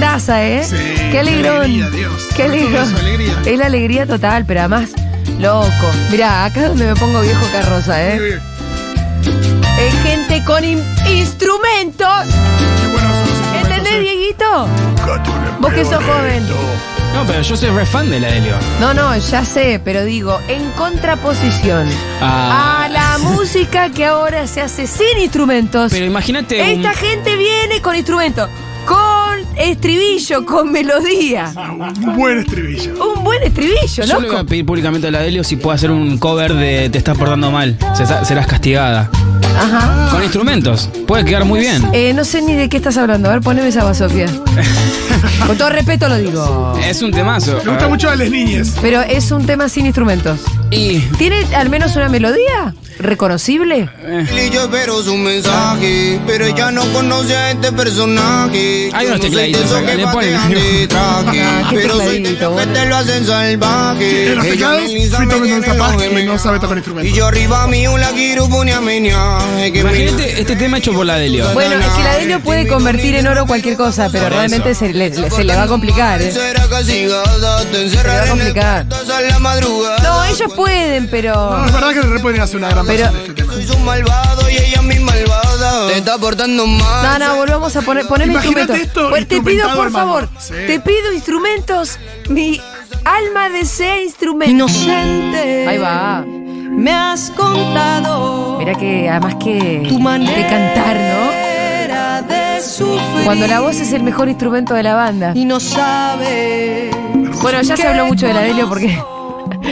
casa, ¿eh? Sí, Qué librón. alegría, Dios. Qué Sobre todo librón. eso, alegría. Es la alegría total, pero además, loco. Mirá, acá es donde me pongo viejo carroza, Qué ¿eh? bien. Es gente con in- instrumentos. Qué buenos son los instrumentos, ¿Entendés, eh. Dieguito? Vos que sos joven. No, pero yo soy re fan de la Delio. No, no, ya sé, pero digo, en contraposición Ah, a la música que ahora se hace sin instrumentos. Pero imagínate. un- Esta gente viene con instrumentos, con estribillo, con melodía. Un buen estribillo. Un buen estribillo, Yo le voy a loco. pedir públicamente a la Delio si puedo hacer un cover de Te estás portando mal. Se está- serás castigada. Ajá. Con instrumentos. Puede quedar muy bien. Eh, no sé ni de qué estás hablando. A ver, poneme esa basofia. Con todo respeto lo digo. Es un temazo. Me gusta mucho a las niñas. Pero es un tema sin instrumentos. Y. ¿Tiene al menos una melodía reconocible? Eh, Y yo espero su mensaje, pero ella no conoce a este personaje. Hay unos Yo no soy de tecladitos esos acá, que le ponen. patean de traje, Ah, qué pero soy tecladito, de los que boludo. te lo hacen salvaje. En los Ella teclados, me Fito lisa, me Mendonza tiene Paz, los que gemelos. no sabe tocar instrumentos. Y yo arriba mío la quiero poner a menear, que me- Imagínate este tema hecho por la Delio. Bueno, es que la Delio puede convertir en oro cualquier cosa, pero Por realmente eso. se le, le- se le va a complicar. ¿eh? Será castigada, te encerraré en el complicar. cuarto hasta la madrugada. No, ellos pueden, pero. No, es verdad que le pueden hacer una gran Pero- versión de este tema. Soy su malvado y ella mi malvada. Te está portando No, mal. no, volvamos a poner poneme Imagínate instrumentos. esto Pues te pido, instrumentado, por hermano. favor, Sí. te pido instrumentos. Mi alma desea instrumentos. Inocente. Ahí va. Me has contado. Mira que además que tu manera de cantar, ¿no? De sufrir. Cuando la voz es el mejor instrumento de la banda. Y no sabes. Bueno, ya se habló mucho de la Delio porque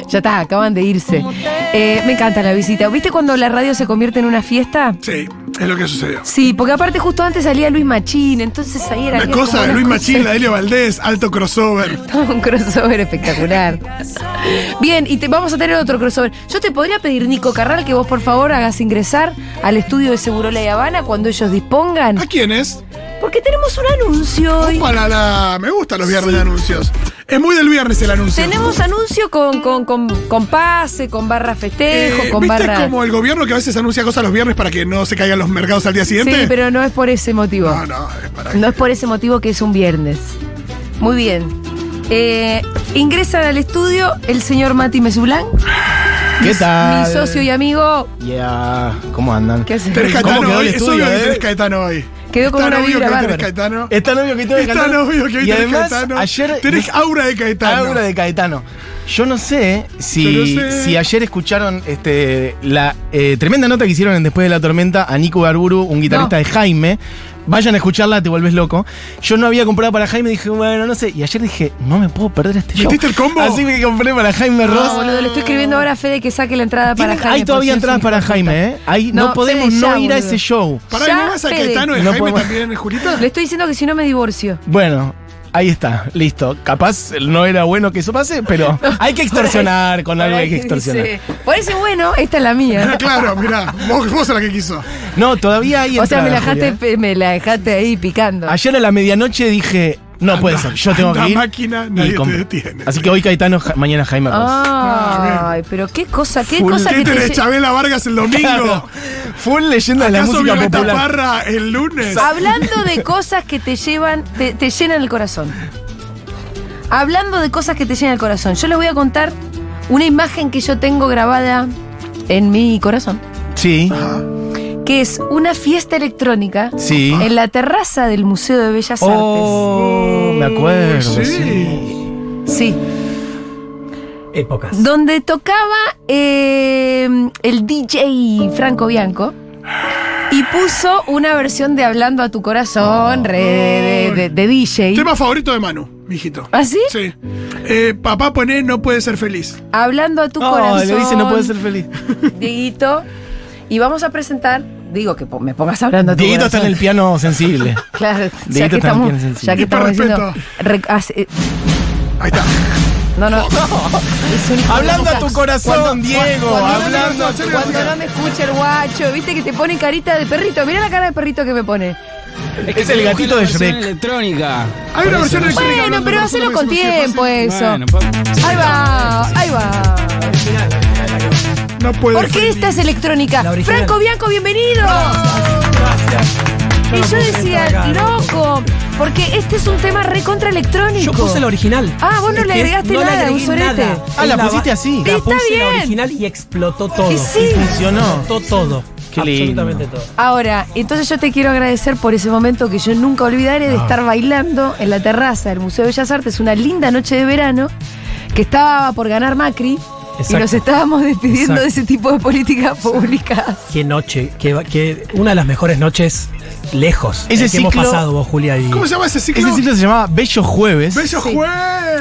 ya está, acaban de irse. Eh, me encanta la visita. ¿Viste cuando la radio se convierte en una fiesta? Sí, es lo que sucedió. Sí, porque aparte justo antes salía Luis Machín, entonces ahí era... La había como cosa de una Luis cosa- Machín, la Delio Valdés, alto crossover. Un crossover espectacular. Bien, y te, vamos a tener otro crossover. Yo te podría pedir, Nico Carral, que vos por favor hagas ingresar al estudio de Seguro La Habana cuando ellos dispongan. ¿A quién es? Porque tenemos un anuncio hoy. Para la... Me gustan los viernes de anuncios. Es muy del viernes el anuncio. Tenemos anuncio con, con, con, con pase, con barra Eh, festejo, con ¿Viste barra. como el gobierno que a veces anuncia cosas los viernes para que no se caigan los mercados al día siguiente? Sí, pero no es por ese motivo. No, Ah, no, es para... No es por ese motivo que es un viernes. Muy bien. Eh, ingresan al estudio el señor Mati Mesulán, ¿Qué tal? mi socio y amigo. Yeah, ¿cómo andan? ¿Qué hace? Tenés Caetano quedó el hoy, es estudio, obvio que eh? tenés Caetano hoy. Quedó con Es tan una obvio vibra que hoy tenés bárbara. Caetano. Es tan obvio que tengo Es tan obvio que hoy y tenés además, Caetano. ayer... Tenés aura de Caetano. aura de Caetano. Yo no sé si, Yo no sé. si ayer escucharon este, la eh, tremenda nota que hicieron en Después de la Tormenta a Nico Garburu, un guitarrista No. de Jaime. Vayan a escucharla, te volvés loco. Yo no había comprado para Jaime, dije, bueno, no sé. Y ayer dije, no me puedo perder este show. ¿Metiste el combo? Así que compré para Jaime Ross. No, Ah, boludo, le estoy escribiendo ahora a Fede que saque la entrada para Tienen- Jaime. hay todavía por si es entradas un hijo para de puta. Jaime, ¿eh? Hay- no, No, podemos Fede, no ya, ir a boludo. ese show. Pará, Ya, ¿y no vas a Fede. Caetano de No Jaime podemos- también, Julita? ¿eh? Le estoy diciendo que si no me divorcio. Bueno, ahí está, listo. Capaz no era bueno que eso pase, pero hay que extorsionar, con algo hay que extorsionar. Dice, Parece bueno, esta es la mía. Ah, claro, mirá, vos, vos sos la que quiso. No, todavía hay O sea, me la, entradas, dejaste, Julia. pe- me la dejaste ahí picando. Ayer a la medianoche dije, no puede Anda, ser, yo tengo anda que ir. máquina, y nadie te compré. detiene. Así que hoy Caetano, ja- mañana Jaime Ross. Ah. Ay, pero qué cosa, qué Full cosa que ¿Qué te... tenés, Chabela Vargas el domingo? Claro, full leyenda de la ¿Acaso música Violeta popular. Parra el lunes? Ah, Hablando de cosas que te llevan, te, te llenan el corazón. Hablando de cosas que te llenan el corazón, yo les voy a contar una imagen que yo tengo grabada en mi corazón, Sí, que es una fiesta electrónica sí. en la terraza del Museo de Bellas Oh, me acuerdo. Sí. sí. Artes. Sí. Épocas. Donde tocaba eh, el DJ Franco Bianco y puso una versión de Hablando a tu corazón, re- de, de- de DJ. Tema favorito de Manu, mijito. ¿Ah, sí? Sí. Eh, papá poné no puede ser feliz. Hablando a tu No, corazón. le dice no puede ser feliz. Dieguito. Y vamos a presentar. Digo que po- me pongas hablando a tu Dieguito está corazón. en el piano sensible. Claro, ya Dieguito que está en el estamos, piano sensible. ya que Y por estamos diciendo. respeto. re- hace- eh, Ahí está. no, no. Es un hijo de Hablando a puta. tu corazón, Diego. Cuando no me- Hablando a tu Cuando no me escucha el guacho, viste que te pone carita de perrito. Mirá la cara de perrito que me pone. Es el gatito de versión Shrek. electrónica. Hay una versión electrónica Bueno, hablando pero de hacelo nosotros con que somos tiempo fácil. eso. Bueno, pa- Ahí va, ahí va. No puede ¿Por qué feliz. esta es electrónica? Ah, Franco Bianco, bienvenido. Y yo decía, loco, Porque este es un tema recontra electrónico. Yo puse la original. Ah, vos no le Es que agregaste no le nada, agregué un sorete. nada. Ah, la Es pusiste ba- así. La Está puse bien. la original y explotó todo. Y sí. Funcionó. Explotó todo. Qué lindo. absolutamente todo. Ahora, entonces yo te quiero agradecer por ese momento que yo nunca olvidaré de estar bailando en la terraza del Museo de Bellas Artes, una linda noche de verano, que estaba por ganar Macri y Exacto. nos estábamos despidiendo Exacto. de ese tipo de políticas públicas. Qué noche, qué, qué- una de las mejores noches lejos Ese que hemos ciclo- pasado vos, Julia. Y ¿Cómo se llama ese ciclo? Ese ciclo se llamaba Bello Jueves. Bello Sí. juez.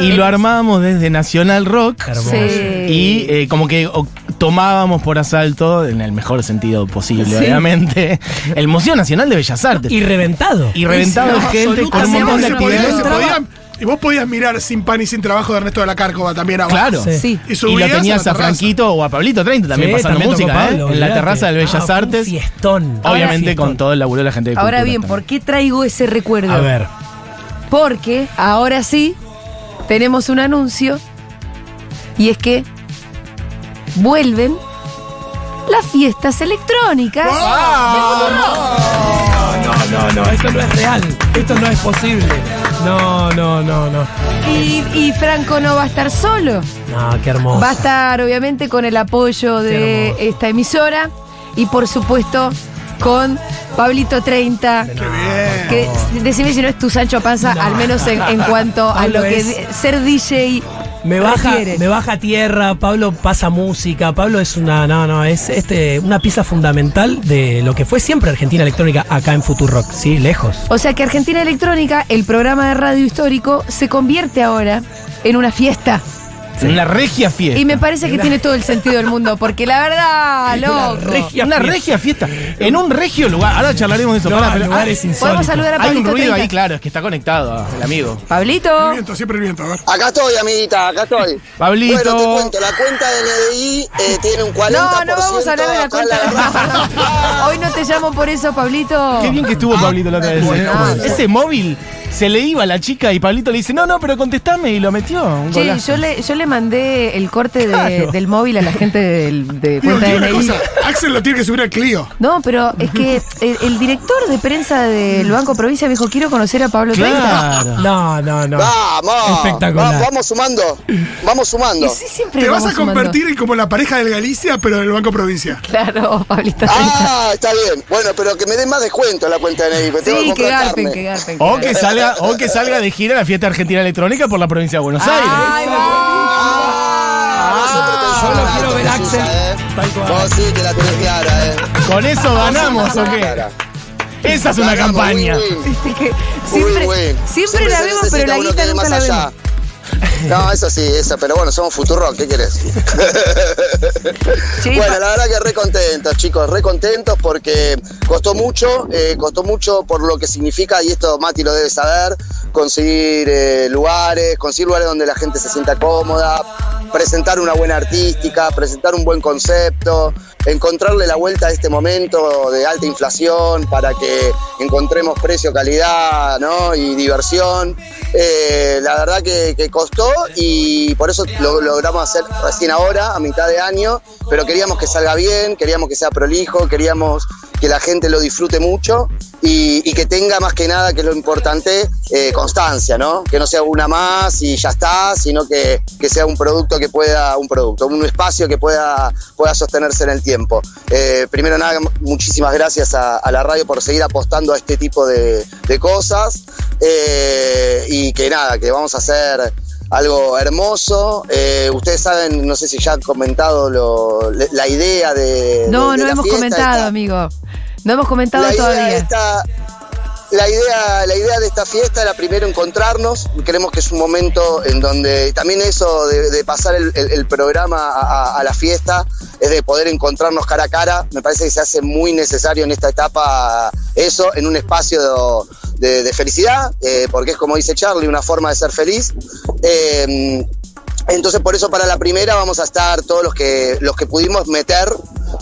Y lo armábamos desde Nacional Rock. Hermoso. Y eh, como que o- tomábamos por asalto, en el mejor sentido posible, obviamente, el Museo Nacional de Bellas Artes. Y reventado. Y reventado de gente con un Hacíamos montón de ese podía- actividades. se podía- y vos podías mirar sin pan y sin trabajo de Ernesto de la Cárcova también ahora. Claro. Sí. Sí. Y Y subías lo a tenías la a terraza. Franquito o a Pablito 30 también Sí, pasando tocó música, Pablo, ¿eh? En la olvídate. terraza de Ah, Bellas fue un Artes. Fiestón. Obviamente Fiestón. con todo el laburo de la gente de Ahora cultura bien, también. ¿por qué traigo ese recuerdo? A ver, Porque ahora sí tenemos un anuncio y es que vuelven las fiestas electrónicas. no, no, esto no es real, esto no es posible. No, no, no, no. Y, y Franco no va a estar solo. No, qué hermoso. Va a estar obviamente con el apoyo Qué de hermoso. esta emisora y por supuesto con Pablito 30. Que, decime si no es tu Sancho Panza, al menos en, en cuanto a lo Pablo que es- di- ser DJ. Me baja, refiere. me baja a tierra, Pablo pasa música, Pablo es una, no, no, es este, una pieza fundamental de lo que fue siempre Argentina Electrónica acá en Futurock, sí, lejos. O sea que Argentina Electrónica, el programa de radio histórico, se convierte ahora en una fiesta. Una regia fiesta. Y me parece que tiene todo el sentido del mundo, porque la verdad, loco. regia una fiesta. regia fiesta. En un regio lugar. Ahora charlaremos de eso. No, Pará, pero- lugares ah, insólitos. Podemos saludar a hay Pablito un ruido 30. ahí, claro, es que está conectado el amigo. Pablito. El viento, siempre el viento. A ver. Acá estoy, amiguita, acá estoy. Pablito. Bueno, te cuento, la cuenta de NDI eh, tiene un 40%. No, no vamos a hablar de la acá cuenta. la agarramos. Hoy no te llamo por eso, Pablito. Qué bien que estuvo Pablito la otra vez. bueno, ¿eh? bueno. Ese móvil se le iba a la chica y Pablito le dice, no, no, pero contestame y lo metió. Un Che, golazo. yo le, yo le mandé el corte de- Claro. del móvil a la gente del, de Digo, cuenta te digo de una NI. cosa. Axel lo tiene que subir al Clio. No, pero es que el, el director de prensa del Banco Provincia me dijo, quiero conocer a Pablo Treinta. Claro. No, no, no. Vamos. Espectacular. Va- vamos sumando. Vamos Y sumando. sí, siempre Te lo vas a vamos sumando. convertir en como la pareja del Galicia, pero del Banco Provincia. Claro, Pablito Treinta. Ah, está bien. Bueno, pero que me den más descuento la cuenta de NDI, porque tengo sí, que que comprar garpen, carne. que garpen. que O garpen. que, salga, o que salga de gira la fiesta argentina electrónica por la provincia de Buenos Ay, Aires. Ah, vos siempre yo lo tenés quiero ver, clara, Jesús, Axel. Ah, ¿eh? Tal cual. Vos sí que la tenés clara, ¿eh? Con eso ganamos, ¿o qué? Clara. Esa es una Ganamos, campaña. win-win. Viste que siempre, Uy, güey. siempre, la se vemos, necesita pero la uno que guita dé nunca más la allá. vemos. No, eso sí, eso, pero bueno, somos Futurock, ¿qué querés? Sí, bueno, pa- la verdad que re contentos, chicos, re contentos porque costó mucho, eh, costó mucho por lo que significa, y esto Mati lo debe saber, conseguir eh, lugares, conseguir lugares donde la gente se sienta cómoda, presentar una buena artística, presentar un buen concepto, encontrarle la vuelta a este momento de alta inflación para que encontremos precio, calidad ¿no? y diversión. Eh, la verdad que, que costó y por eso lo logramos hacer recién ahora, a mitad de año, pero queríamos que salga bien, queríamos que sea prolijo, queríamos que la gente lo disfrute mucho y, y que tenga más que nada, que es lo importante, eh, constancia, ¿no? Que no sea una más y ya está, sino que, que sea un producto que pueda, un producto, un espacio que pueda, pueda sostenerse en el tiempo. Eh, primero nada, muchísimas gracias a, a la radio por seguir apostando a este tipo de, de cosas eh, y que nada, que vamos a hacer algo hermoso. Eh, ustedes saben, no sé si ya han comentado lo- le- la idea de. No, de- de no la hemos fiesta comentado, esta. amigo. No hemos comentado La idea de todavía. esta- la idea, la idea de esta fiesta era primero encontrarnos. Creemos que es un momento en donde también eso de, de pasar el, el- el programa a, a- a la fiesta es de poder encontrarnos cara a cara. Me parece que se hace muy necesario en esta etapa eso, en un espacio de, de felicidad, eh, porque es como dice Charlie, una forma de ser feliz. Eh, entonces por eso para la primera vamos a estar todos los que los que pudimos meter,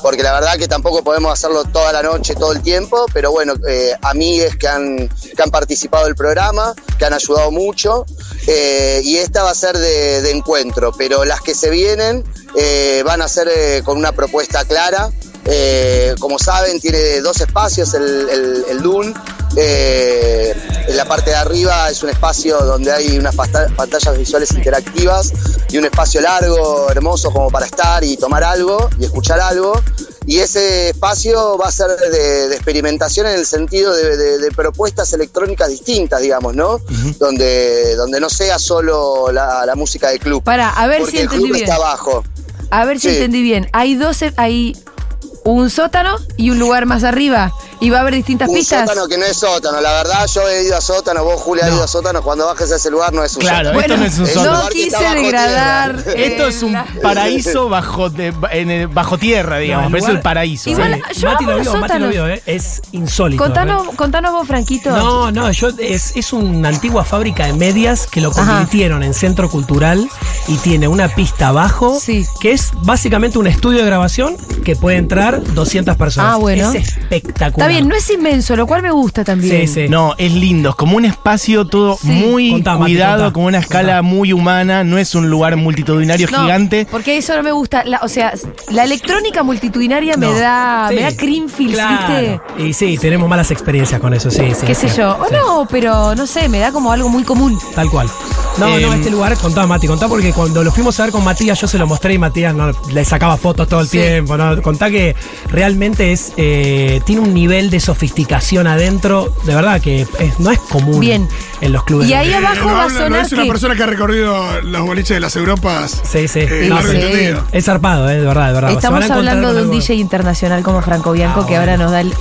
porque la verdad que tampoco podemos hacerlo toda la noche, todo el tiempo, pero bueno, eh, amigues que han, que han participado del programa, que han ayudado mucho, eh, y esta va a ser de, de encuentro, pero las que se vienen eh, van a ser eh, con una propuesta clara. Eh, como saben, tiene dos espacios el, el, el DUN, Eh, en la parte de arriba es un espacio donde hay unas pasta- pantallas visuales interactivas y un espacio largo, hermoso, como para estar y tomar algo y escuchar algo. Y ese espacio va a ser de, de experimentación en el sentido de, de- de propuestas electrónicas distintas, digamos, ¿no? donde, donde no sea solo la, la música de club. Para, a ver porque si el entendí club bien. está abajo. A ver si Sí. entendí bien. Hay dos, hay un sótano y un lugar más arriba. Y va a haber distintas Un pistas. sótano que no es sótano. La verdad, yo he ido a sótano, vos, Julia, has ido a sótano. Cuando bajes a ese lugar no es un Claro, sótano. esto Bueno, no es un el sótano. no lugar que está quise bajo degradar. tierra. eh, Esto es un la- paraíso bajo, de- en el- bajo tierra, digamos. el pero es el lugar- paraíso. Igual- ¿eh? yo Mati amo lo los vio, Mati lo sótanos. vio, ¿eh? es insólito. ¿eh? Contanos, contanos vos, Franquito. No, no, yo es, es una antigua fábrica de medias que lo Ajá. convirtieron en centro cultural y tiene una pista abajo Sí. que es básicamente un estudio de grabación que puede entrar 200 personas. Ah, bueno. Es espectacular. Está bien, no es inmenso, lo cual me gusta también. Sí, sí. No, es lindo, es como un espacio todo Sí. muy Contá, Mati, cuidado, contá. con una escala muy humana, no es un lugar multitudinario No, gigante. Porque eso no me gusta. La- o sea, la electrónica multitudinaria No. me da. Sí. Me da crinfield, Claro. ¿viste? Y sí, tenemos malas experiencias con eso, sí, sí. Qué es sé yo. cierto, O sí. no, pero no sé, me da como algo muy común. Tal cual. No, Eh, Em, no, este lugar, contá Mati, contá porque cuando lo fuimos a ver con Matías, yo se lo mostré y Matías no, le sacaba fotos todo el Sí. tiempo. ¿no? Contá que realmente es eh, tiene un nivel de sofisticación adentro, de verdad que es- no es común Bien. en los clubes. Y ahí Eh, abajo no va a habla- no sonar es una que- persona que ha recorrido los boliches de las Europas. Sí, sí. Eh, No, largo sí. y tendido. Es zarpado, eh, de verdad, de verdad. Se van a Estamos encontrar hablando con de un algo- DJ internacional como Franco Bianco Ah, que ahora bueno. nos da el,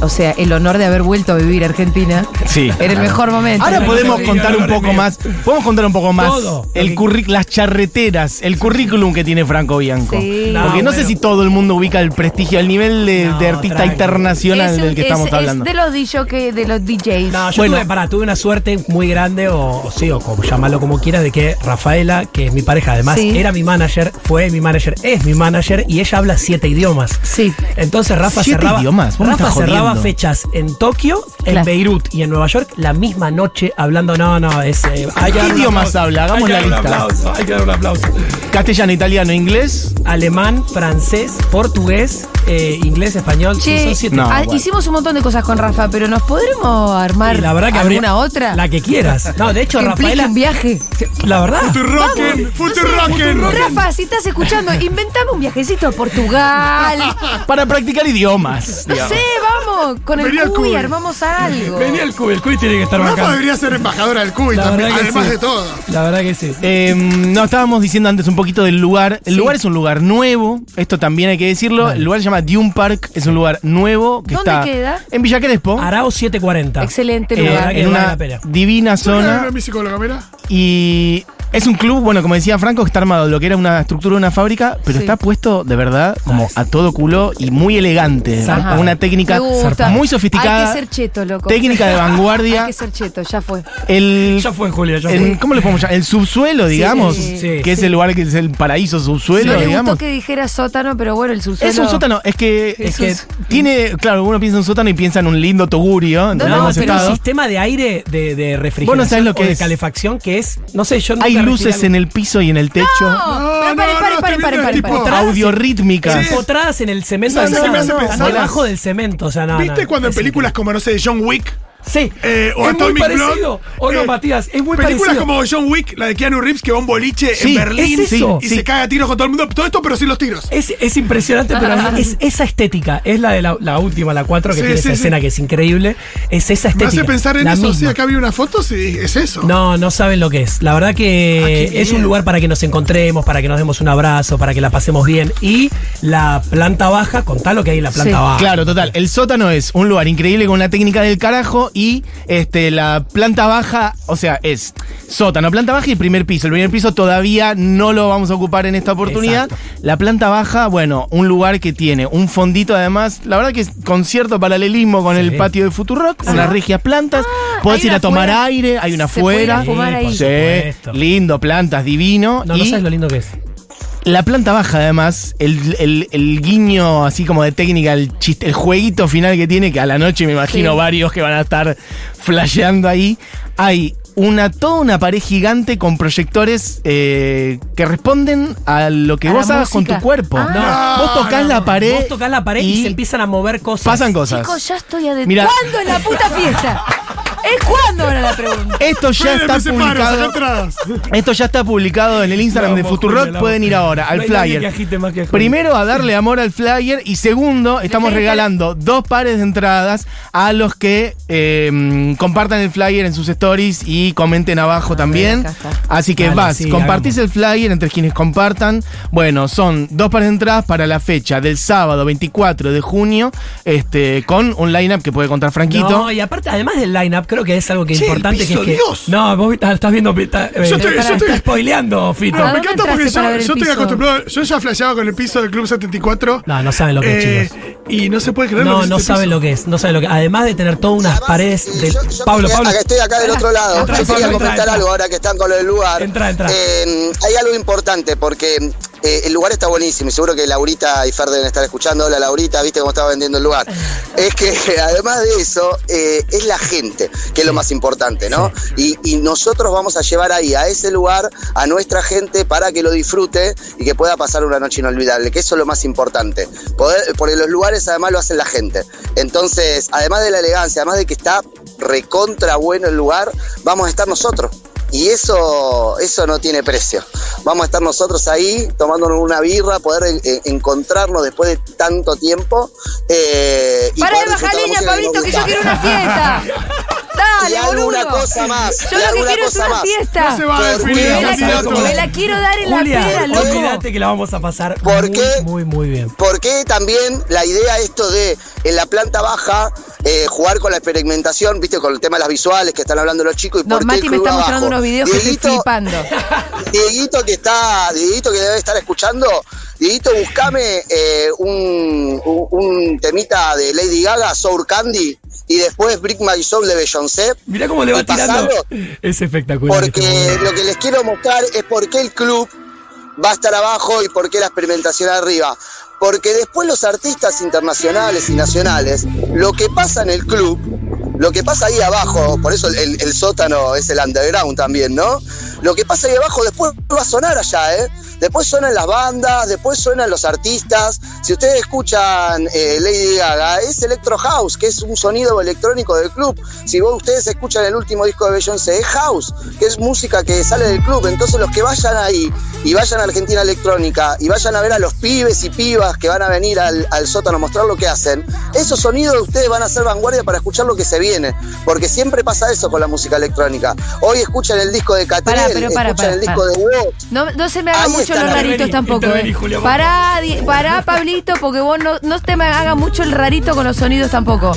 o sea, el honor de haber vuelto a vivir a Argentina. Sí. En el mejor momento. Ahora podemos Sí, contar un ahora poco es mío. más. Podemos contar un poco más Todo. el curri- las charreteras, el currículum que tiene Franco Bianco. Sí. No, Porque no sé bueno. si todo el mundo ubica el prestigio, el nivel de, No, de artista tranqui. internacional Es un- del que es- estamos es hablando. de los DJ que- de los DJs. No, yo Bueno. tuve, pará, tuve una suerte muy grande, o, o sí, o como llamarlo como quieras, de que Rafaela, que es mi pareja, además, Sí. era mi manager, fue mi manager, es mi manager, y ella habla siete idiomas. Sí. Entonces Rafa ¿Siete cerraba, idiomas? Vos me Rafa estás cerraba jodiendo. fechas en Tokio, en Claro. Beirut y en Nueva York la misma noche hablando, no, no, es... eh, hay ¿Qué un idiomas aplauso, habla? Hagamos la lista. Castellano, italiano, inglés. Alemán, francés, portugués, eh, inglés, español, sí, Che, son siete. No, ah, bueno. hicimos un montón de cosas con Rafa, pero nos podremos armar Y la verdad que habría- alguna otra. La que quieras. No, de hecho, que implique Rafaela. un viaje. La verdad. Futurocken, Futurocken. Rafa, si estás escuchando, inventame un viajecito a Portugal. Para practicar idiomas. No sé, vamos, con el Vení al cuy cuy. armamos algo. Vení al cubi, el cubi tiene que estar Rafa bacán. debería ser embajadora del Cuy La también, verdad que además sí. de todo. La verdad que sí. Eh, no, estábamos diciendo antes un poquito del lugar. El lugar es un lugar nuevo, esto también hay que decirlo. El lugar se llama Dune Park, es un lugar nuevo que ¿Dónde está queda? en Villa Crespo, Arao 740. Excelente eh, lugar. verdad que en vale una la pena. divina ¿Zona? zona. mi psicóloga, mira? Y es un club, bueno, como decía Franco, que está armado de lo que era una estructura de una fábrica, pero Sí. está puesto de verdad como a todo culo y muy elegante. Zarpado. Con Una técnica Me gusta. muy Hay que sofisticada, ser cheto, loco. técnica de Hay vanguardia. que ser cheto, ya fue. El Ya fue, Julia, ya en- fue. ¿Cómo le podemos llamar? El subsuelo, digamos. sí, sí. que es el lugar que es el paraíso subsuelo, no le digamos. gustó que dijera sótano, pero bueno, el subsuelo. Es un sótano, es que, Es es un que s- tiene, claro, uno piensa en un sótano y piensa en un lindo togurio, en No, donde no, hemos pero Un estado. sistema de aire de, de refrigeración Vos no sabés lo o que de es. calefacción que es, no sé, yo nunca Hay respiré luces algo- en el piso y en el techo, No, No, pare, pare, no, no, pare, estoy pare, viendo pare, el pare. tipo- audiorítmicas. Sí. empotradas en el cemento ¿Sabes del qué me sal, hace pensar? debajo del cemento, o sea, nada. ¿Viste cuando en películas como, no sé, John Wick? Sí, eh, o es muy Atomic parecido. Blonde, O no, eh, Matías, es muy Películas parecido. como John Wick, la de Keanu Reeves, que va a un boliche Sí, en Berlín es eso. y Sí. se caga a tiros con todo el mundo. Todo esto, pero sin los tiros. Es, es impresionante, pero es esa estética. Es la de la, la última, la 4, que Sí, tiene sí, esa sí. escena que es increíble. Es esa Me estética. hace pensar en la eso. misma. Sí, acá vi unas fotos y dije, es eso. No, no saben lo que es. La verdad que Ah, qué es un bien. lugar para que nos encontremos, para que nos demos un abrazo, para que la pasemos bien. Y la planta baja, contá lo que hay en la planta Sí. baja. Claro, total. El sótano es un lugar increíble con una técnica del carajo y este, la planta baja, o sea, es sótano, planta baja y primer piso. El primer piso todavía no lo vamos a ocupar en esta oportunidad. La planta baja, bueno, un lugar que tiene un fondito además, la verdad que es con cierto paralelismo con el patio de Futurock, unas regias plantas, Ah, podés hay ir una a tomar afuera. aire, hay una Se puede ir a afuera. fumar Sí, ahí. por Sí, supuesto. lindo, plantas, divino. No, no y sabes lo lindo que es. la planta baja, además, el, el- el guiño así como de técnica, el chiste, el jueguito final que tiene, que a la noche me imagino Sí. varios que van a estar flasheando ahí. Hay una, toda una pared gigante con proyectores eh, que responden a lo que A vos la hagas con música. tu cuerpo. Ah. vos tocás la pared. Vos tocás la pared y, se empiezan a mover cosas. Pasan cosas. Chicos, ya estoy adentro. Mira. ¿Cuándo en la puta fiesta? ¿Es cuándo ahora la pregunta? Esto ya Fede, está me separo, saca publicado. entradas. Esto ya está publicado en el Instagram de Vamos, Futurock. Julio, la Pueden vamos. ir ahora al No hay nadie que flyer. agite más que a Julio. Primero, a darle amor al flyer. Y segundo, estamos Definitivamente. regalando dos pares de entradas a los que eh, compartan el flyer en sus stories y comenten abajo también. Ah, acá está. Así que Dale, vas, sí, compartís el flyer entre quienes compartan. Bueno, son dos pares de entradas para la fecha del sábado 24 de junio, este, con un lineup que puede contar Franquito. No, y aparte, además del line-up, creo que es algo que es Che, el importante. que piso, es que, Dios. No, vos está- estás viendo. está- eh, Yo estoy- Ah. yo estás estoy- spoileando, Fito. ¿A No, me dónde encanta porque entraste para yo, ver el yo estoy piso? acostumbrado. Yo ya flasheaba con el piso del Club 74. No, no saben lo que es, eh, chicos. Y no se puede creer No, es no este saben piso. lo que es. No saben lo que Además de tener todas unas Además, paredes eh, de. yo- yo Pablo, quería- Pablo. acá Estoy acá del otro lado. Entra, yo quería Pablo, entra, comentar entra. algo ahora que están con el lugar. Entra, entra. Eh, hay algo importante porque eh, el lugar está buenísimo y seguro que Laurita y Fer deben estar escuchando. Hola Laurita, viste cómo estaba vendiendo el lugar. Es que además de eso, eh, es la gente que es lo más importante, ¿no? Y, y nosotros vamos a llevar ahí, a ese lugar, a nuestra gente para que lo disfrute y que pueda pasar una noche inolvidable, que eso es lo más importante. Poder- porque los lugares además lo hacen la gente. Entonces, además de la elegancia, además de que está recontra bueno el lugar, vamos a estar nosotros. Y eso, eso no tiene precio. Vamos a estar nosotros ahí tomándonos una birra, poder eh, encontrarnos después de tanto tiempo. Eh, y Pará poder de bajar disfrutar la línea, música Pablito, que yo nos quiero gusta. una fiesta. Y Dale, alguna boludo. cosa más. Yo y lo que alguna quiero es cosa una más. fiesta. No se va a Por definir me, el Julia, la quiero, candidato. me la quiero dar en Julia, la pera, loco. olvídate que la vamos a pasar ¿Por muy, qué? muy, muy bien. Porque también la idea esto de en la planta baja eh, jugar con la experimentación, viste, con el tema de las visuales que están hablando los chicos y No, por qué el Mati me club está abajo. mostrando unos videos que estoy Dieguito, flipando. Dieguito que está, Dieguito que debe estar escuchando, Dieguito, buscame eh, un, un- un temita de Lady Gaga, Sour Candy, y después Brick My Soul de Beyoncé. Mirá cómo le va y pasalo, tirando. Es espectacular. este Porque momento. lo que les quiero mostrar es por qué el club va a estar abajo y por qué la experimentación arriba. Porque después los artistas internacionales y nacionales, lo que pasa en el club, lo que pasa ahí abajo, por eso el, el- el sótano es el underground también, ¿no? Lo que pasa ahí abajo después va a sonar allá, ¿eh? Después suenan las bandas, después suenan los artistas. Si ustedes escuchan eh, Lady Gaga, es Electro House, que es un sonido electrónico del club. Si vos, ustedes escuchan el último disco de Beyoncé, es House, que es música que sale del club. Entonces los que vayan ahí y vayan a Argentina Electrónica y vayan a ver a los pibes y pibas que van a venir al, al sótano a mostrar lo que hacen, esos sonidos ustedes van a ser vanguardia para escuchar lo que se viene. Porque siempre pasa eso con la música electrónica. Hoy escuchan el disco de Catriel, Pará, pero pará, escuchan pará, el pará. disco de Woz, No, no se me hagan Ahí mucho está los la- raritos Intervení, tampoco. intervení, eh. Julia, por pará, Di- pará, Pablito, porque vos no, no te me hagas mucho el rarito con los sonidos tampoco.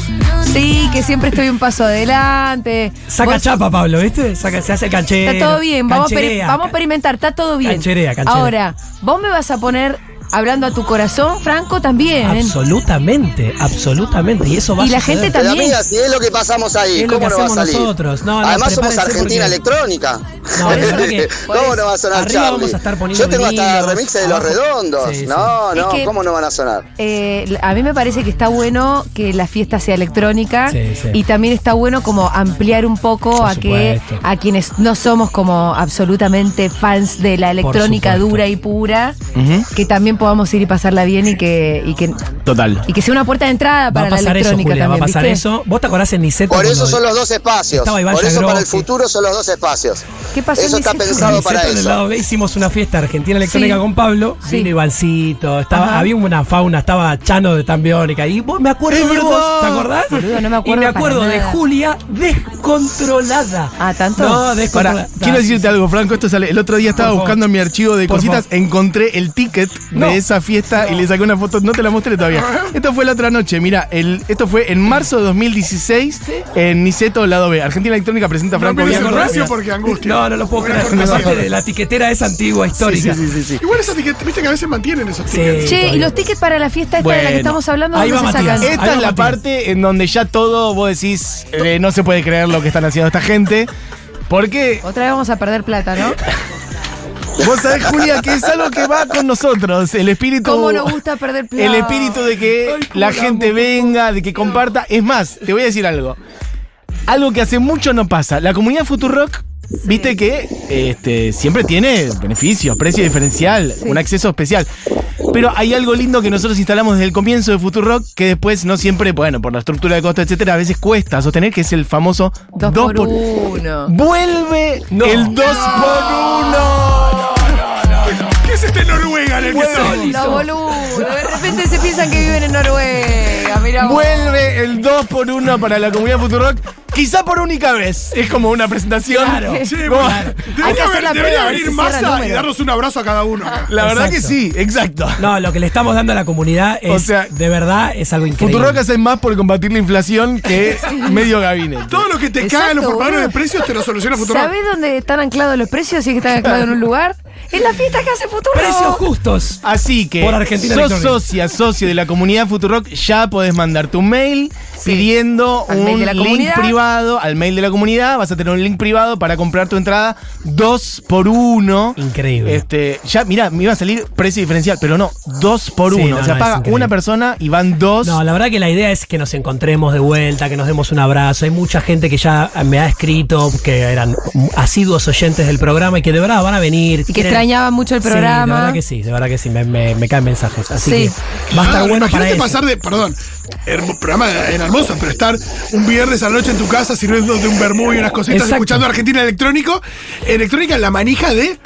Sí, que siempre estoy un paso adelante. Saca Vos- chapa, Pablo, ¿viste? Saca, se hace canchero. Está todo bien, vamos, a peri- cancherea. vamos a experimentar, está todo bien. Cancherea, cancherea. Ahora, vos me vas a poner hablando a tu corazón, Franco, también. ¿eh? Absolutamente, absolutamente. Y eso va Y a la suceder. gente Pero También. amiga, si es lo que pasamos ahí, Es lo ¿cómo que no va a hacemos salir? nosotros. No, no, Además somos prepárense Argentina porque- Electrónica. No, la verdad que- ¿Cómo no va a sonar arriba Charlie? vamos a estar poniendo Yo tengo hasta vinilos, remixes de los abajo- redondos. Sí, sí. No, Es no, que- ¿cómo no van a sonar? Eh, a mí me parece que está bueno que la fiesta sea electrónica Sí, sí. y también está bueno como ampliar un poco Por a que supuesto. a quienes no somos como absolutamente fans de la electrónica supuesto. dura y pura, Ujú. que también podamos ir y pasarla bien y que y que, Total. y que sea una puerta de entrada Va a para la pasar eso, electrónica Julia, va a también. pasar ¿viste? eso. ¿Vos te acordás en Niceto? Por eso cuando- son los dos espacios. Estaba Iván Por eso Yagroski. para el futuro son los dos espacios. ¿Qué pasó en Eso está Niceto? pensado para Niceto en el eso. lado B hicimos una fiesta argentina electrónica Sí. con Pablo. Sí. Vino Ivancito, estaba, Ajá. había una fauna, estaba Chano de Tambiónica. Y vos me acuerdo ¡Es de vos, verdad! ¿te acordás? Boludo, no me y acuerdo me para acuerdo de nada. Julia descontrolada. Ah, ¿tanto? No, Pará, descontrolada. quiero decirte algo, Franco. Esto sale. El otro día estaba Por favor. buscando en mi archivo de Por cositas, encontré el ticket No. de esa fiesta y le saqué una foto. No te la mostré todavía. Esto fue la otra noche. Mira, el, esto fue en marzo de 2016 en Niceto, lado B. Argentina Electrónica presenta a No Franco mires el Bianco. ratio porque angustia. No, no lo puedo Una creer. cortesía. Aparte de la etiquetera esa antigua, histórica. Sí, sí, sí, sí. Igual esa etiqueta, viste que a veces mantienen esos Sí. tickets. Che, y Todavía. los tickets para la fiesta esta de la que Bueno, estamos hablando, ahí ¿dónde va se Matías. sacan? Eh, Esta Ahí es va la Matías. parte en donde ya todo vos decís, eh, no se puede creer lo que están haciendo esta gente. Porque Otra vez vamos a perder plata, ¿no? vos sabés, Julia, que es algo que va con nosotros. El espíritu. ¿Cómo nos gusta perder plata? El espíritu de que Ay, cómo la la gente venga, de que comparta. Es más, te voy a decir algo. Algo que hace mucho no pasa. La comunidad Futurock viste que este, siempre tiene beneficios, precio diferencial, un acceso especial. Pero hay algo lindo que nosotros instalamos desde el comienzo de Futurock que después no siempre, bueno, por la estructura de costo, etcétera, a veces cuesta sostener, que es el famoso Dos, 2 por, por uno. Vuelve el 2 por 1 ¿Qué es este Noruega en el que estoy? Los boludos. De repente se piensan que viven en Noruega. Mirá vos. Vuelve el 2 por 1 para la comunidad Futurock, quizá por única vez. Es como una presentación. Claro. Che, Como- bueno, Hay que debería, hacer haber- la debería prueba, a ver venir si cierra el masa y número. darnos un abrazo a cada uno. acá. La verdad que Exacto. sí, exacto. No, lo que le estamos dando a la comunidad es, O sea, de verdad, es algo increíble. Futurock hace más por combatir la inflación que medio gabinete. Todo lo que te Exacto, cagan los formadores boludo. de precios te lo soluciona Futuro. ¿Sabés dónde están anclados los precios? Si es que están anclados en un lugar. En las fiestas que hace Futuro. Precios justos. Así que, Por Argentina sos Electronic. socia, socio de la comunidad Futurock, ya podés mandar tu mail pidiendo Al un mail de la link comunidad. privado al mail de la comunidad. Vas a tener un link privado para comprar tu entrada 2 por 1 Increíble. Este, ya, mira, me iba a salir precio diferencial, pero no, 2 por Sí, 1 no, o sea, no, es paga increíble. una persona y van dos. No, la verdad que la idea es que nos encontremos de vuelta, que nos demos un abrazo. Hay mucha gente que ya me ha escrito, que eran asiduos oyentes del programa y que de verdad van a venir. Y que Quieren- extrañaba mucho el Sí, de programa. verdad que sí, de verdad que sí, me, me- me caen mensajes. Así Sí. que va a estar Claro, bueno para Ah, imagínate eso. pasar de, perdón, hermo- programa en hermoso, pero estar un viernes a la noche en tu casa sirviéndote un vermú y unas cositas, Exacto. escuchando Argentina Electrónico, electrónica en la manija de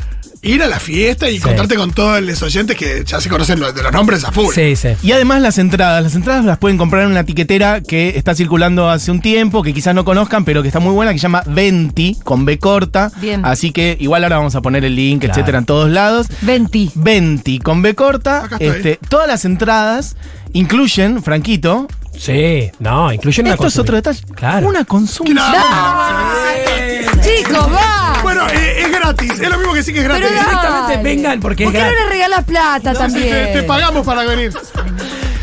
ir a la fiesta y encontrarte con todos los oyentes que ya se conocen los, de los nombres a full. Sí, sí. Y además las entradas, las entradas las pueden comprar en una tiquetera que está circulando hace un tiempo, que quizás no conozcan, pero que está muy buena, que se llama Venti, con B corta. Bien. Así que igual ahora vamos a poner el link, Claro. etcétera, en todos lados. 20. Venti, con B corta. Acá estoy. Este, todas las entradas incluyen, Franquito, Sí, no, incluyen una esto es consulta. otro detalle, Claro. una Que consulta. la- Ah, Chicos, va. Bueno, eh, es gratis, es lo mismo que sí que es gratis. Pero da- Exactamente, Dale. vengan porque ¿Por es qué no gratis. le regalas plata Sí, también? te, te pagamos para venir.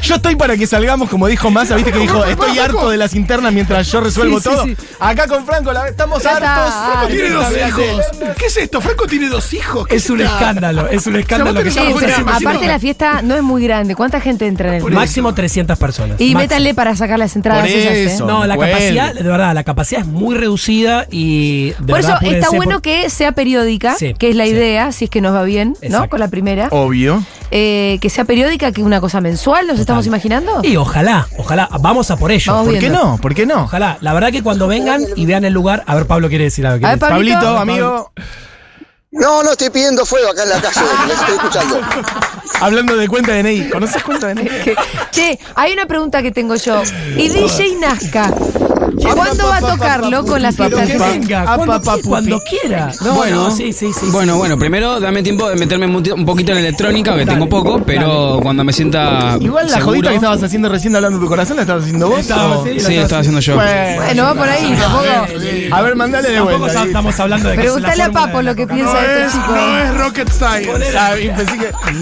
Yo estoy para que salgamos, como dijo Massa, viste que dijo, estoy harto de las internas mientras yo resuelvo Sí, sí, todo. sí. Acá con Franco, la- estamos Ya está, hartos. harto. Tiene dos Exactamente. hijos. ¿Qué es esto? Franco tiene dos hijos. ¿Qué Es un esta- escándalo, es un escándalo que tenés Sí, ya que no fue pero se hacer imagina. más aparte la fiesta no es muy grande. ¿Cuánta gente entra en el Máximo 300 personas. Y Máximo. métanle para sacar las entradas. Por esas, ¿eh? eso. No, la Bueno. capacidad, de verdad, la capacidad es muy reducida y de Por verdad eso apúrense está por- bueno que sea periódica, Sí, que es la sí. idea, si es que nos va bien, ¿no? Exacto. Con la primera. Obvio. Eh, que sea periódica, que una cosa mensual, ¿nos estamos imaginando? Y ojalá, ojalá, vamos a por ello. Vamos Por- ¿Por qué Viendo. no? ¿Por qué no? Ojalá, la verdad que cuando vengan y vean el lugar, a ver, Pablo quiere decir algo. A ¿quiere ver, decir? Pablito, Pablito, amigo, No, no estoy pidiendo fuego acá en la calle, les estoy escuchando. hablando de cuenta de DNI, ¿conoces cuenta de DNI? Que- che, hay una pregunta que tengo yo. ¿Y DJ Nazca? ¿Cuándo va a tocarlo con la fiesta? Que argentina? venga, Ah, cuando, papá, pupi. cuando quiera. No, Bueno. no, sí, sí, sí. Bueno, bueno, primero dame tiempo de meterme un ti- un poquito en la electrónica, que tengo poco, pero cuando me sienta. Igual la seguro- jodita que estabas haciendo recién hablando de tu corazón la estabas haciendo vos. Estaba, o- sí, Sí, estaba haciendo yo. Bueno, Bueno, va por ahí, tampoco. a ver, mandale de Tampoco vuelta. Pues, estamos hablando de que es la Preguntale a fórmula Papo de la lo que Coca-Cola. No piensa de es, este chico. no es rocket science. Ah, y pensé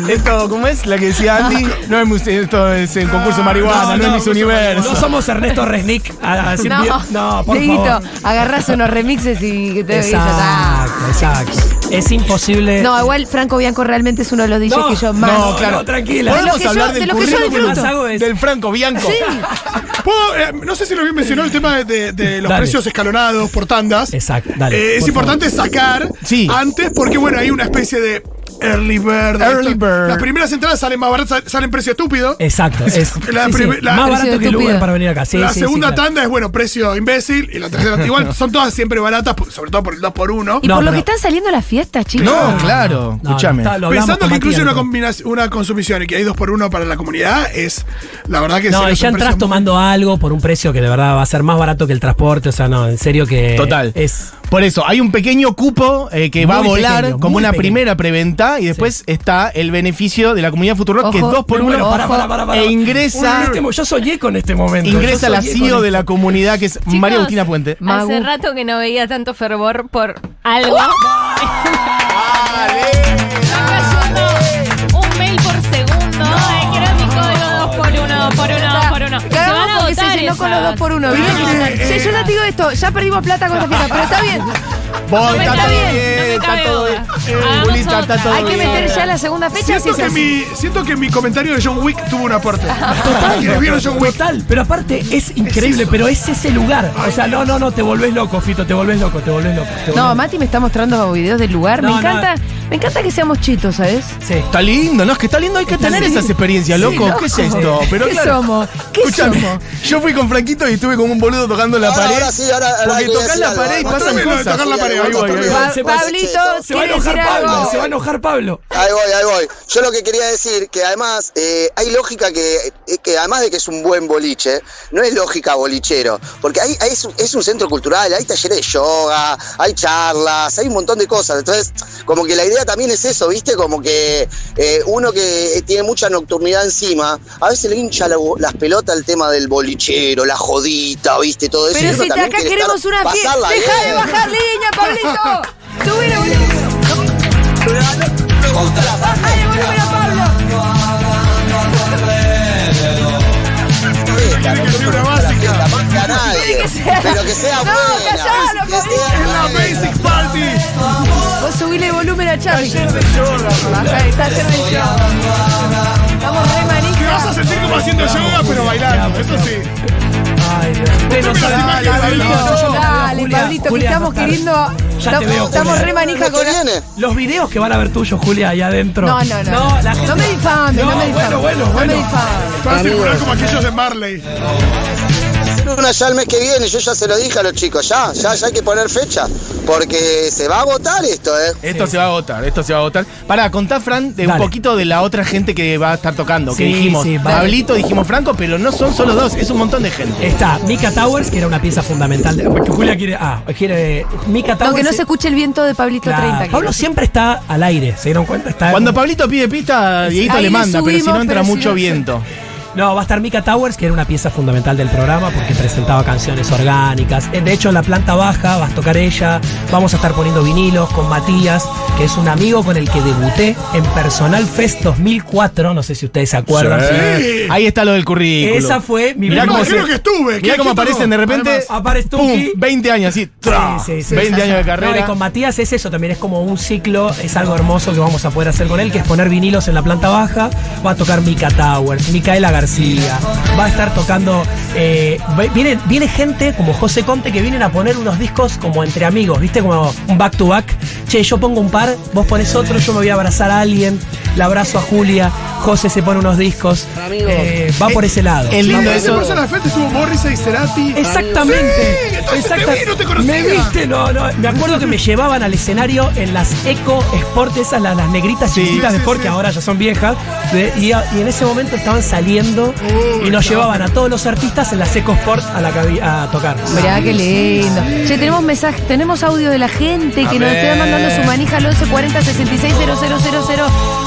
que esto, ¿cómo es? La que decía Andy, no es museo, esto es el concurso de marihuana, no, es Miss Universo. Ah, No somos Ernesto Resnick. A, a decir No, bien- no, por Dieguito, favor. agarrás unos remixes y que te y ya está. Exacto, exacto. Es imposible. No, igual Franco Bianco realmente es uno de los DJs que yo más. no, claro, tranquila. De lo Podemos que yo- hablar de del lo que yo currículum disfruto. del- Hago es- del Franco Bianco. Sí. Puedo, eh, no sé si lo bien mencionó el tema de, de los Dale. precios escalonados por tandas. Exacto, dale, Eh, es por importante sacar Sí. antes porque, bueno, hay una especie de early bird. Early Esto- bird. Las primeras entradas salen más baratas, salen precio estúpido. Exacto. Es, La sí, sí, primer- la- más barato Precio que el estúpido. Uber para venir acá. Eh, Sí, la sí, sí, segunda claro. tanda es, bueno, precio imbécil. Y la tercera, igual son todas siempre baratas, por- sobre todo por el 2x1. Y No, por lo pero- que están saliendo las fiestas, chicos. No, claro, No, escúchame. no, está- lo hablamos Pensando con que incluye Matías, una, ¿no? combinación- una consumición y que hay 2x1 para la comunidad, es la verdad que No, sí, y es ya un entras precio tomando algo por un precio que de verdad va a ser más barato que el transporte. O sea, no, en serio que. Total. Es. Por eso, hay un pequeño cupo eh, que Muy va a volar pequeño, como muy una pequeño. primera preventa y después está el beneficio de la comunidad Futurock, que es Ojo, 2 por pero 1 bueno, pará, pará, pará, pará. e ingresa, Uy, este- yo soñé con este momento. ingresa Yo la soñé con CEO esto. de la comunidad, que es María Agustina Puente. Magu. Hace rato que no veía tanto fervor por algo. Está cayendo un mail por segundo. Ay, quiero mi código dos por uno, dos por uno, dos por uno. Se van Cagamos a porque se votar llenó con los esas. dos por uno. ¿viste? que, Sí, eh, yo ya te digo esto, ya perdimos plata con esta fiesta, pero está bien. Voy, me está todo cabe- no me bien, cabe está todo duda. bien. Hagamos Juli, está, otra. está todo Hay Hay bien. que meter ya la segunda fecha si Siento es que, así. mi, siento que mi comentario de John Wick tuvo un aporte. ¿Quiénes vieron Total, John Wick? total, pero aparte es increíble, eso. pero es ese lugar. O sea, no, no, no, te volvés loco, Fito, te volvés loco, te volvés loco. te volvés No, loco. Mati me está mostrando videos del lugar. me No, no. encanta, me encanta que seamos chitos, ¿sabes? Sí. Está lindo, no, es que está lindo, hay que tener Sí. esas experiencias, Sí, loco. ¿Qué es esto? Pero ¿Qué claro, somos? ¿Qué escúchame, somos? Yo fui con Franquito y estuve como un boludo tocando la Ahora, pared. ahora sí, ahora- ahora porque que voy a tocas decir la algo, pared y Mati. pasan Mostrame lo de cosas. tocar la pared, ahí voy, ahí voy. Pa- se va- Pablito, Se va a ¿quiere enojar decir Pablo, algo? se va a enojar Pablo. Ahí voy, ahí voy. Yo lo que quería decir, que además eh, hay lógica que, eh, que además de que es un buen boliche, no es lógica bolichero, porque ahí, ahí es, un- es un centro cultural, hay talleres de yoga, hay charlas, hay un montón de cosas. Entonces, como que la idea también es eso, ¿viste? Como que eh, uno que tiene mucha nocturnidad encima, a veces le hincha la- las pelotas el tema del bolichero, la jodita, ¿viste? Todo eso. Y Pero uno si te también acá quiere queremos estar- una fiesta. pasarla Deja de bien. bajar línea, Pablito. Subile, boludo. Bajale, volumen a Pablo. Pero que una básica. Tiene que ser- Pero que sea No, buena. callalo, que sea Pablito. ¡Es la buena. Basic Party! Vos subile volumen a Charlie. Ayer de yoga. Baja, está haciendo el show. Estamos re Te vas a manijas. sentir como haciendo yoga, pero bailando, eso sí. Ay, Dios. Usted no Mostrame sabe- las imágenes, Ay, Pablito. no, yo no me hago, Dale, Julia, Pablito, que Julia, estamos no, queriendo. Ya te veo, Estamos Julia. re manija ¿Qué con. viene? Los videos que van a ver tuyos, Julia, ahí adentro. No, no, no. la gente- No me difames, no me difames. Bueno, bueno, No me bueno. difames. Vas a circular como aquellos de Marley. Una ya el mes que viene, yo ya se lo dije a los chicos, ya, ya, ya hay que poner fecha, porque se va a votar esto, ¿eh? Esto se va a agotar, esto se va a agotar. Pará, contá, Fran, de un Dale. poquito de la otra gente que va a estar tocando. que Sí, dijimos sí, vale. Pablito, dijimos Franco, pero no son solo dos, es un montón de gente. Está Mika Towers, que era una pieza fundamental. De, porque Julia quiere. Ah, quiere. Mika Towers. No, que no se es- escuche el viento de Pablito Claro, 30. que- Pablo siempre está al aire, ¿se dieron cuenta? Está Cuando Pablito pide pista, Dieguito Ahí le le manda, pero si subimos, no entra pero si mucho no- viento. No, va a estar Mika Towers, que era una pieza fundamental del programa porque presentaba canciones orgánicas. Eh, De hecho, en la planta baja vas a tocar ella. Vamos a estar poniendo vinilos con Matías, que es un amigo con el que debuté en Personal Fest 2004. No sé si ustedes se acuerdan. Sí. Ahí está lo del currículum. Esa fue mi Mirá Me cómo, imagino se- que estuve, mirá que cómo aquí aparecen de todo. repente. Además, aparece pum, Tuki. 20 años así. tra, Sí, sí, sí. 20 años de No, y carrera. con Matías es eso, también es como un ciclo, es algo hermoso que vamos a poder hacer con él, que es poner vinilos en la planta baja, va a tocar Mika Towers, Micaela García, va a estar tocando, eh, ve- viene, viene gente como José Conte que vienen a poner unos discos como entre amigos, viste, como un back to back, che, yo pongo un par, vos pones otro, yo me voy a abrazar a alguien, la abrazo a Julia, José se pone unos discos, Eh, va por ese lado. el lindo Ese eso. personal frente estuvo Morrissey y Cerati. Exactamente. Sí, entonces te Exacta- vi, no te conocía. Me viste, no, no. Me acuerdo que me llevaban al escenario en las Eco Sport, esas las, las negritas chiquititas sí, de Sport, sí. que ahora ya son viejas. de- y, a- y en ese momento estaban saliendo y nos llevaban a todos los artistas en las Eco Sport a, la cabi- a tocar. Mirá, qué lindo. Che, tenemos mensajes, tenemos audio de la gente que nos está mandando su manija al 1140 000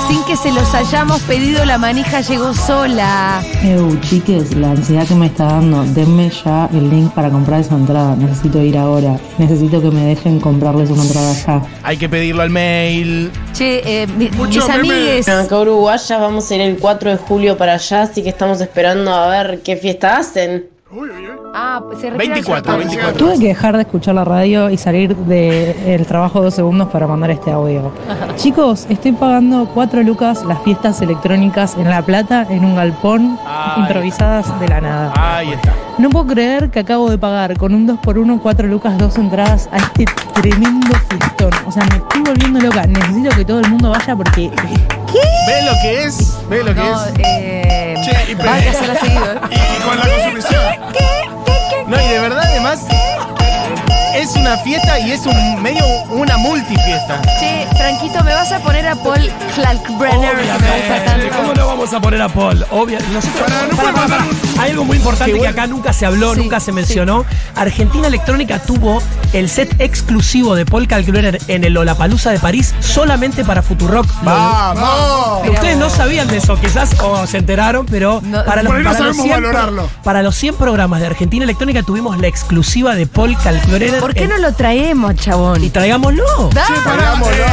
sin que se los hayamos pedido. La manija llegó sola. Eu, chiques, la ansiedad que me está dando, denme ya el link para comprar esa entrada. Necesito ir ahora. Necesito que me dejen comprarles una entrada ya. Hay que pedirlo al mail. Che, eh, mi- Mucho mis meme. amigues. Acá uruguayas vamos a ir el 4 de julio para allá, así que estamos esperando a ver qué fiesta hacen. Uy, uy, uy. Ah, se refiere al 24, sorteo. 24. Tuve que dejar de escuchar la radio y salir del trabajo dos segundos para mandar este audio. Chicos, estoy pagando cuatro lucas las fiestas electrónicas en La Plata en un galpón Ay. improvisadas de la nada. Ahí está. No puedo creer que acabo de pagar con un 2x1, 4 lucas, dos entradas a este tremendo fiestón. O sea, me estoy volviendo loca. Necesito que todo el mundo vaya porque Ve lo que es. Ve lo que No, es. eh, Che, y va a pe- casarla seguido. eh. Y, y con la consumición. No, y de verdad, además, es una fiesta y es un medio una multifiesta. Che, Franquito, ¿me vas a poner a Paul Kalkbrenner? que me gusta Obviamente, ¿Cómo tanto? no vamos a poner a Paul? Obvio. Nosotros, Pará, no pará, puede pará, mandar pará. Hay algo muy importante que acá nunca se habló, Sí, nunca se mencionó. Argentina Electrónica tuvo el set exclusivo de Paul Kalkbrenner en el Lollapalooza de París solamente para Futurock. ¡Vamos! Mirá Ustedes no vos. sabían de eso, quizás, o se enteraron, pero No, para, los, por ahí no para, los sabemos 100, pro- valorarlo. para los 100 programas de Argentina Electrónica tuvimos la exclusiva de Paul Kalkbrenner. ¿Por qué en no lo traemos, chabón. Y traigámoslo. Dale. Pará, eh,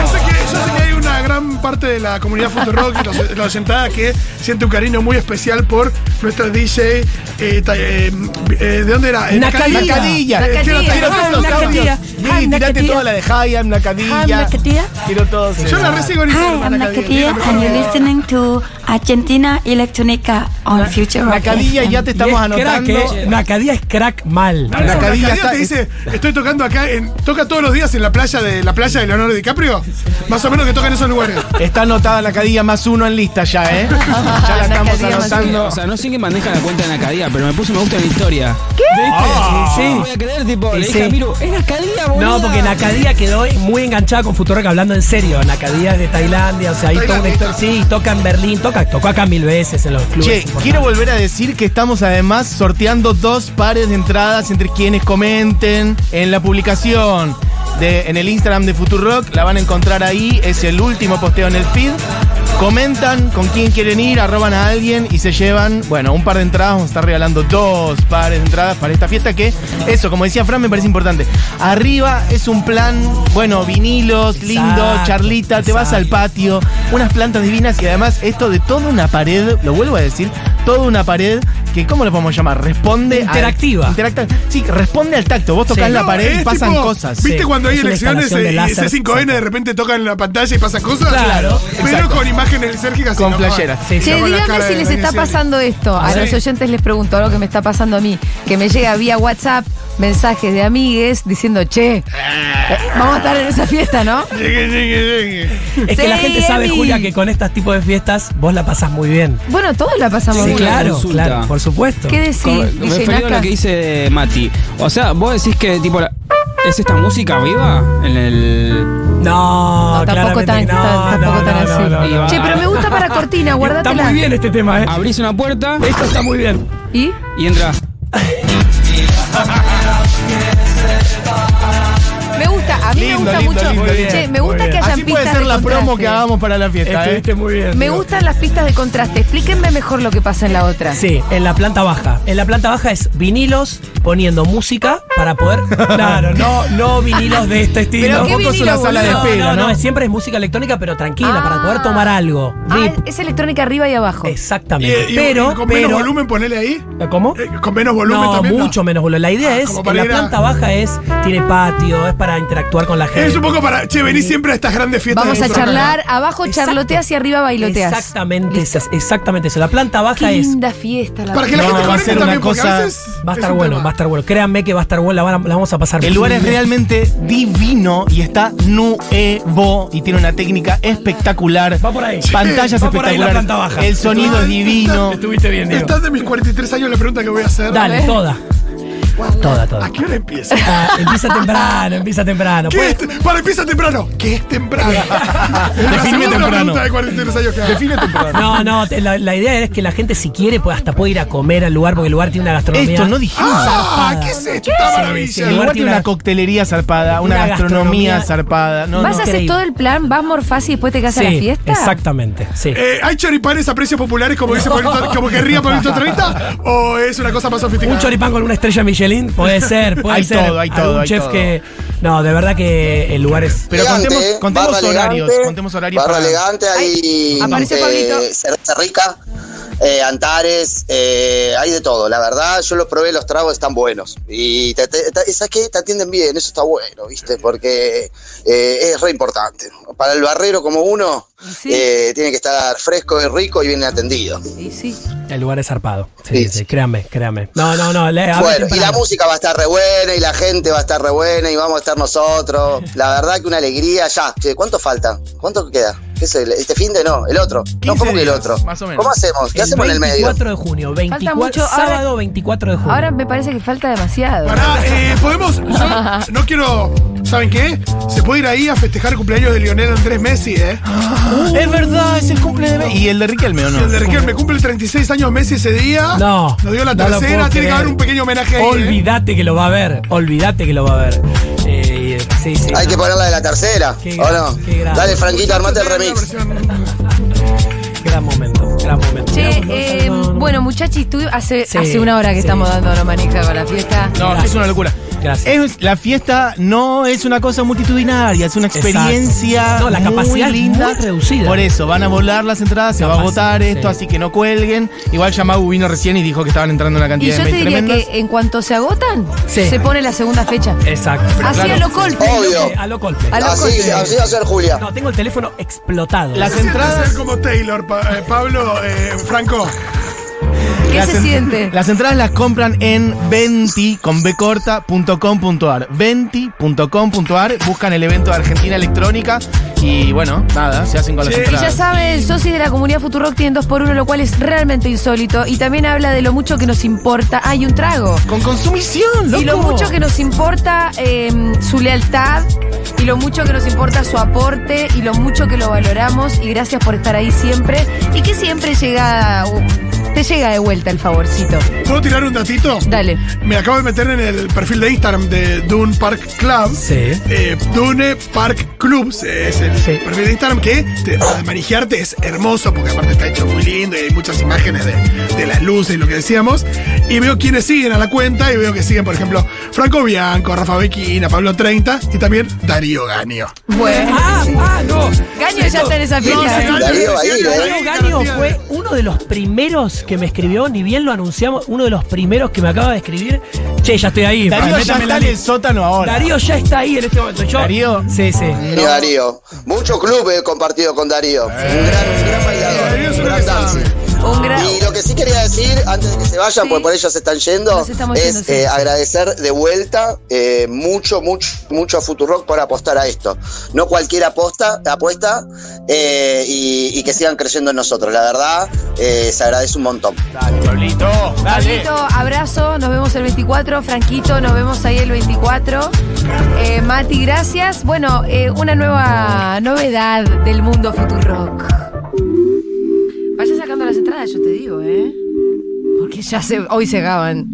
yo, sé que, yo sé que hay una gran parte de la comunidad Futurock y los- la oyentada que siente un cariño muy especial por nuestro DJ. eh, ta- eh, eh, ¿De dónde era? Eh, Nacadilla. Nacadilla. Nacadilla. Quiero, quiero Ah, todos los Nacadilla. audios. Ah, Yuri, tirate Nacadilla. toda la de Hayam, Ah, Nacadilla. Nacadilla. Quiero todos. Yo la recibo en Hi, Instagram. I'm Nakatia, and you're listening to Argentina Electronica on Future Rock. Nacadilla, FM. ya te estamos Y es crack, anotando. eh. Nacadía es crack mal. Nacadilla Nacadilla está- te dice, estoy tocando acá, en, toca todos los días en la playa de la playa de Leonardo DiCaprio. Más o menos que toca en esos lugares. Está anotada Nacadilla más uno en lista ya, ¿eh? Ya la estamos Nacadilla más anotando. O sea, no sé quién maneja la cuenta de Nacadía, pero me puso me gusta en la historia. ¿Viste? Ah. No Sí, voy sí. a creer, tipo, Y le dije a sí. Miru, es Nacadía, boludo. No, porque Nacadía quedó muy enganchada con Futurock hablando en serio. Nacadía es de Tailandia, o sea, ahí toca una historia. Sí, toca en Berlín, toca, tocó acá mil veces en los clubes. Che, importantes. quiero volver a decir que estamos además sorteando dos pares de entradas entre quienes comenten en la publicación. De, en el Instagram de Futurock, la van a encontrar ahí, es el último posteo en el feed. Comentan con quién quieren ir, arroban a alguien y se llevan, bueno, un par de entradas. Vamos a estar regalando dos pares de entradas para esta fiesta que, eso, como decía Fran, me parece importante. Arriba es un plan, bueno, vinilos, Exacto, lindo, charlita, te vas al exacto. patio, unas plantas divinas y además esto de toda una pared, lo vuelvo a decir, toda una pared que, ¿cómo lo podemos llamar? Responde al- Interactiva. interacta- sí, responde al tacto. Vos tocás Sí. la No, pared y es pasan tipo, cosas. ¿Viste Sí, cuando hay es una elecciones instalación de eh, y láser. C5N de repente tocan la pantalla y pasan cosas? Claro, Pero exacto. con imágenes lisérgicas. y Con no flasheras. jodan. Sí, Y sí. Che, con la díganme cara si de les Daniel está Scioli. pasando esto. A Sí. los oyentes les pregunto, algo que me está pasando a mí, que me llega vía WhatsApp mensajes de amigues diciendo, che, eh, vamos a estar en esa fiesta, ¿no? Ah, Llegue, llegue, llegue. Es que la Sí, gente sabe, Emi. Julia, que con estos tipos de fiestas vos la pasás muy bien. Bueno, todos la pasamos Sí, bien. claro, consulta. claro, por supuesto. ¿Qué decís, Con- DJ referido a Naka? lo que dice Mati. O sea, vos decís que, tipo, la- ¿es esta música viva? En el. No, No, tampoco tan, claramente no, tan- no, tampoco tan no, así. no, no, no. Che, pero me gusta para cortina, Está guárdatela. muy bien este tema, ¿eh? Abrís una puerta Esto está muy bien. ¿Y? y entras. Me gusta, a mí Lindo, me gusta lindo, mucho. lindo, lindo. che, me gusta Muy que bien. hayan Así pistas puede ser de la promo contraste. que hagamos para la fiesta, ¿eh? Estuviste Este, muy bien. Me digo. gustan las pistas de contraste. Explíquenme mejor lo que pasa en la otra. Sí, en la planta baja. En la planta baja es vinilos poniendo música para poder. Claro, no, no vinilos de este estilo. Pero qué Tampoco es una vinilo, sala de boludo. espera, no, no, ¿no? es- siempre es música electrónica, pero tranquila, Ah. para poder tomar algo. Ah, Rip. es electrónica arriba y abajo. Y, Exactamente. y- pero, y con pero. menos volumen, ponele ahí. ¿Cómo? Eh, Con menos volumen no, también. mucho menos volumen. La idea Ah, es como que para la ir a- planta baja es, tiene patio, es para interactuar con la gente. Es un poco para. Che, venís siempre a estas grandes fiestas. Vamos de a Futurock. charlar. Abajo Exacto. charloteas y arriba bailoteas. Exactamente, esa- exactamente eso. La planta Qué baja es linda fiesta la Para que la No, gente va a conecte ser una también, porque cosa- a veces. Va a es estar un bueno, tema. va a estar bueno. Créanme que va a estar bueno, la, van a- la vamos a pasar El lugar es bien. realmente divino y está nuevo y tiene una técnica espectacular. Va por ahí. Pantallas Va por ahí la espectaculares. planta baja. El sonido es divino. Estuviste bien, Diego. Estás de mis 43 años la pregunta que voy a hacer. Dale, toda. Toda, toda. ¿A qué hora empieza? Ah, empieza temprano, empieza temprano. ¿Qué Puede- es te- para, empieza temprano. ¿Qué es temprano? la Define segunda temprano. pregunta de 43 años que hago. Define tu programa. No, no, te- la, la idea es que la gente si quiere puede- hasta puede ir a comer al lugar porque el lugar tiene una gastronomía. Esto no dijimos. ¡Ah! ¿Qué es esta sí, maravilla? El lugar tiene Una- una coctelería zarpada, una, una gastronomía, gastronomía. zarpada. No, ¿Vas no. a hacer Increíble. todo el plan? ¿Vas morfás y después te casas Sí, a la fiesta? Exactamente, sí. Eh, ¿Hay choripanes a precios populares como dice Pablito- como querría Pablito 30? ¿O es una cosa más Un sofisticada? choripán con una estrella Michelin, puede ser, puede Hay ser. todo, hay todo, Algún hay chef todo. que. No, de verdad que el lugar es. Pero Elegante, contemos, eh, contemos barra horarios. elegante, contemos horarios Barra para- elegante, Ay, hay eh, aparece Pablito. Cerveza Rica, eh, Antares, eh, hay de todo. La verdad, yo los probé, los tragos están buenos. Y te, te- te- ¿sabes qué? Te atienden bien, eso está bueno, ¿viste? Porque eh, es re importante. Para el barrero como uno, Y sí. eh, tiene que estar fresco y rico y bien atendido. Y sí. El lugar es zarpado. Sí, Sí, sí, sí. créanme, créanme. No, no, no. le- abre Bueno, y la temprano. música va a estar re buena, y la gente va a estar re buena, y vamos a estar nosotros. La verdad que una alegría. Ya, che, ¿cuánto falta? ¿Cuánto queda? ¿Qué es el- ¿Este fin de no? ¿El otro? No, 15 ¿cómo que el días, otro? más o menos. ¿Cómo hacemos? ¿Qué hacemos en el medio? 24 de junio, 24, mucho, ahora- sábado 24 de junio. Ahora me parece que falta demasiado. Pará, eh, podemos. yo no quiero. ¿Saben qué? Se puede ir ahí a festejar el cumpleaños de Lionel Andrés Messi, ¿eh? Es verdad, es el cumple de... Y el de Riquelme, ¿o no? El de Riquelme cumple 36 años Messi ese día. No, Nos dio la no tercera. lo puedo Tiene que creer. haber un pequeño homenaje ahí. ¿eh? Olvídate que lo va a ver, olvídate que lo va a ver. Eh, sí, sí. Hay no. que ponerla de la tercera, Qué ¿o gran- no? qué gran- Dale, Franquito, armate el Tiene una remix. versión- Gran momento, gran momento. Che, gran momento. eh, bueno, muchachis, tú hace, Sí, hace una hora que sí. estamos dando una manija con la fiesta. No, es una locura. Es, la fiesta no es una cosa multitudinaria, es una Exacto. experiencia No, la capacidad muy es linda. muy reducida. Por eso, van a volar las entradas, se va a Capaz, agotar esto, sí. así que no cuelguen. Igual Yamagu vino recién y dijo que estaban entrando una Y cantidad yo de te diría tremendas. que en cuanto se agotan, Sí. se pone la segunda fecha. Exacto. Así a lo Coldplay. Obvio. A lo Coldplay. A lo Así- Coldplay. así va a ser Julia. No, tengo el teléfono explotado. se siente ser como Taylor, Pa- eh, Pablo, eh, Franco. ¿Qué Las se en- siente? Las entradas las compran en venti con b corta, punto com, punto ar. Venti.com.ar, buscan el evento de Argentina Electrónica y bueno, nada, se hacen con las Y ya entradas. saben, socios de la comunidad Futurock tienen dos por uno, lo cual es realmente insólito. Y también habla de lo mucho que nos importa. Hay un trago. Con consumición, loco. Y lo mucho que nos importa eh, su lealtad, y lo mucho que nos importa su aporte, y lo mucho que lo valoramos. Y gracias por estar ahí siempre. Y que siempre llega. uh, te llega de vuelta el favorcito. ¿Puedo tirar un datito? Dale. Me acabo de meter en el perfil de Instagram de Dune Park Club. Sí. Eh, Dune Park Club eh, es el perfil de Instagram que te, para manejarte es hermoso porque aparte está hecho muy lindo y hay muchas imágenes de, de las luces y lo que decíamos. Y veo quienes siguen a la cuenta y veo que siguen, por ejemplo, Franco Bianco, Rafa Bequina, Pablo 30 y también Darío Ganio. Bueno. Ah, ah, no. Gaño ya está en esa No, fiesta. Gaño- Darío va a ir, ¿eh? Darío Gaño fue uno de los primeros que me escribió, ni bien lo anunciamos, uno de los primeros que me acaba de escribir. Che, ya estoy ahí. Darío métame ya en está la en el lista. sótano ahora. Darío ya está ahí en este momento. Yo- Darío. Sí, sí. Y Darío. Mucho club he compartido con Darío. Un gran, un gran bailador. Darío es un uno gran que dancer. sabe. Un gran- Y lo que sí quería decir, antes de que se vayan, Sí. porque por ellos se están yendo, Nos estamos es yendo, sí. eh, agradecer de vuelta eh, mucho, mucho, mucho a Futurock por apostar a esto. No cualquier aposta, apuesta eh, y, y que sigan creyendo en nosotros. La verdad, eh, se agradece un montón. Dale, Pablito, dale. Pablito, abrazo, nos vemos el 24. Franquito, nos vemos ahí el 24. Eh, Mati, gracias. Bueno, eh, una nueva novedad del mundo Futurock. Vaya sacando las entradas, yo te digo, ¿eh? Porque ya se, hoy se acaban.